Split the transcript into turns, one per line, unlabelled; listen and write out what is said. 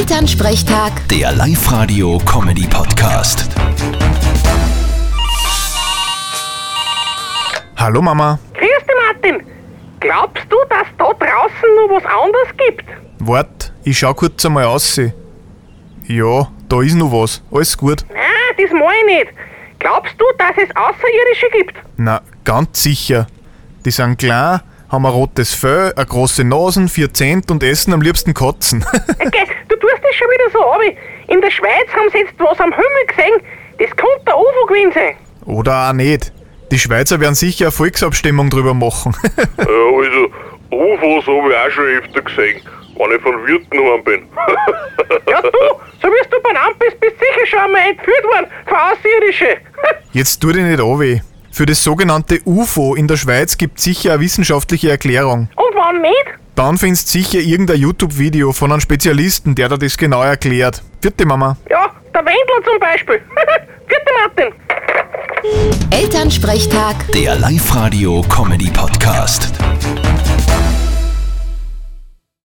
Elternsprechtag,
Der Live-Radio-Comedy-Podcast.
Hallo Mama,
Grüß dich, Martin. Glaubst du, dass da draußen noch was anderes gibt?
wart, ich schau kurz einmal aus. Ja, da ist noch was, alles gut.
Nein, das meine ich nicht. Glaubst du, dass es Außerirdische gibt?
Na, ganz sicher. Die sind klein, haben ein rotes Fell, eine große Nase, vier Zent und essen am liebsten Katzen.
Okay, Äh, du tust das schon wieder so, aber in der Schweiz haben sie jetzt was am Himmel gesehen. Das könnte der UFO gewesen sein.
Oder auch nicht. Die Schweizer werden sicher eine Volksabstimmung drüber machen.
Ja, also, UFOs habe ich auch schon öfter gesehen, wenn ich von Wirten heim bin.
Ja, du, so wie du benannt bist, bist sicher schon einmal entführt worden von Außerirdischen.
Jetzt tu dich nicht an weh. Für das sogenannte UFO in der Schweiz gibt sicher eine wissenschaftliche Erklärung.
Und wann nicht?
Dann findest sicher irgendein YouTube-Video von einem Spezialisten, der dir das genau erklärt. Vierte Mama.
Ja, der Wendler zum Beispiel. Vierte Martin.
Elternsprechtag.
Der Live-Radio-Comedy-Podcast.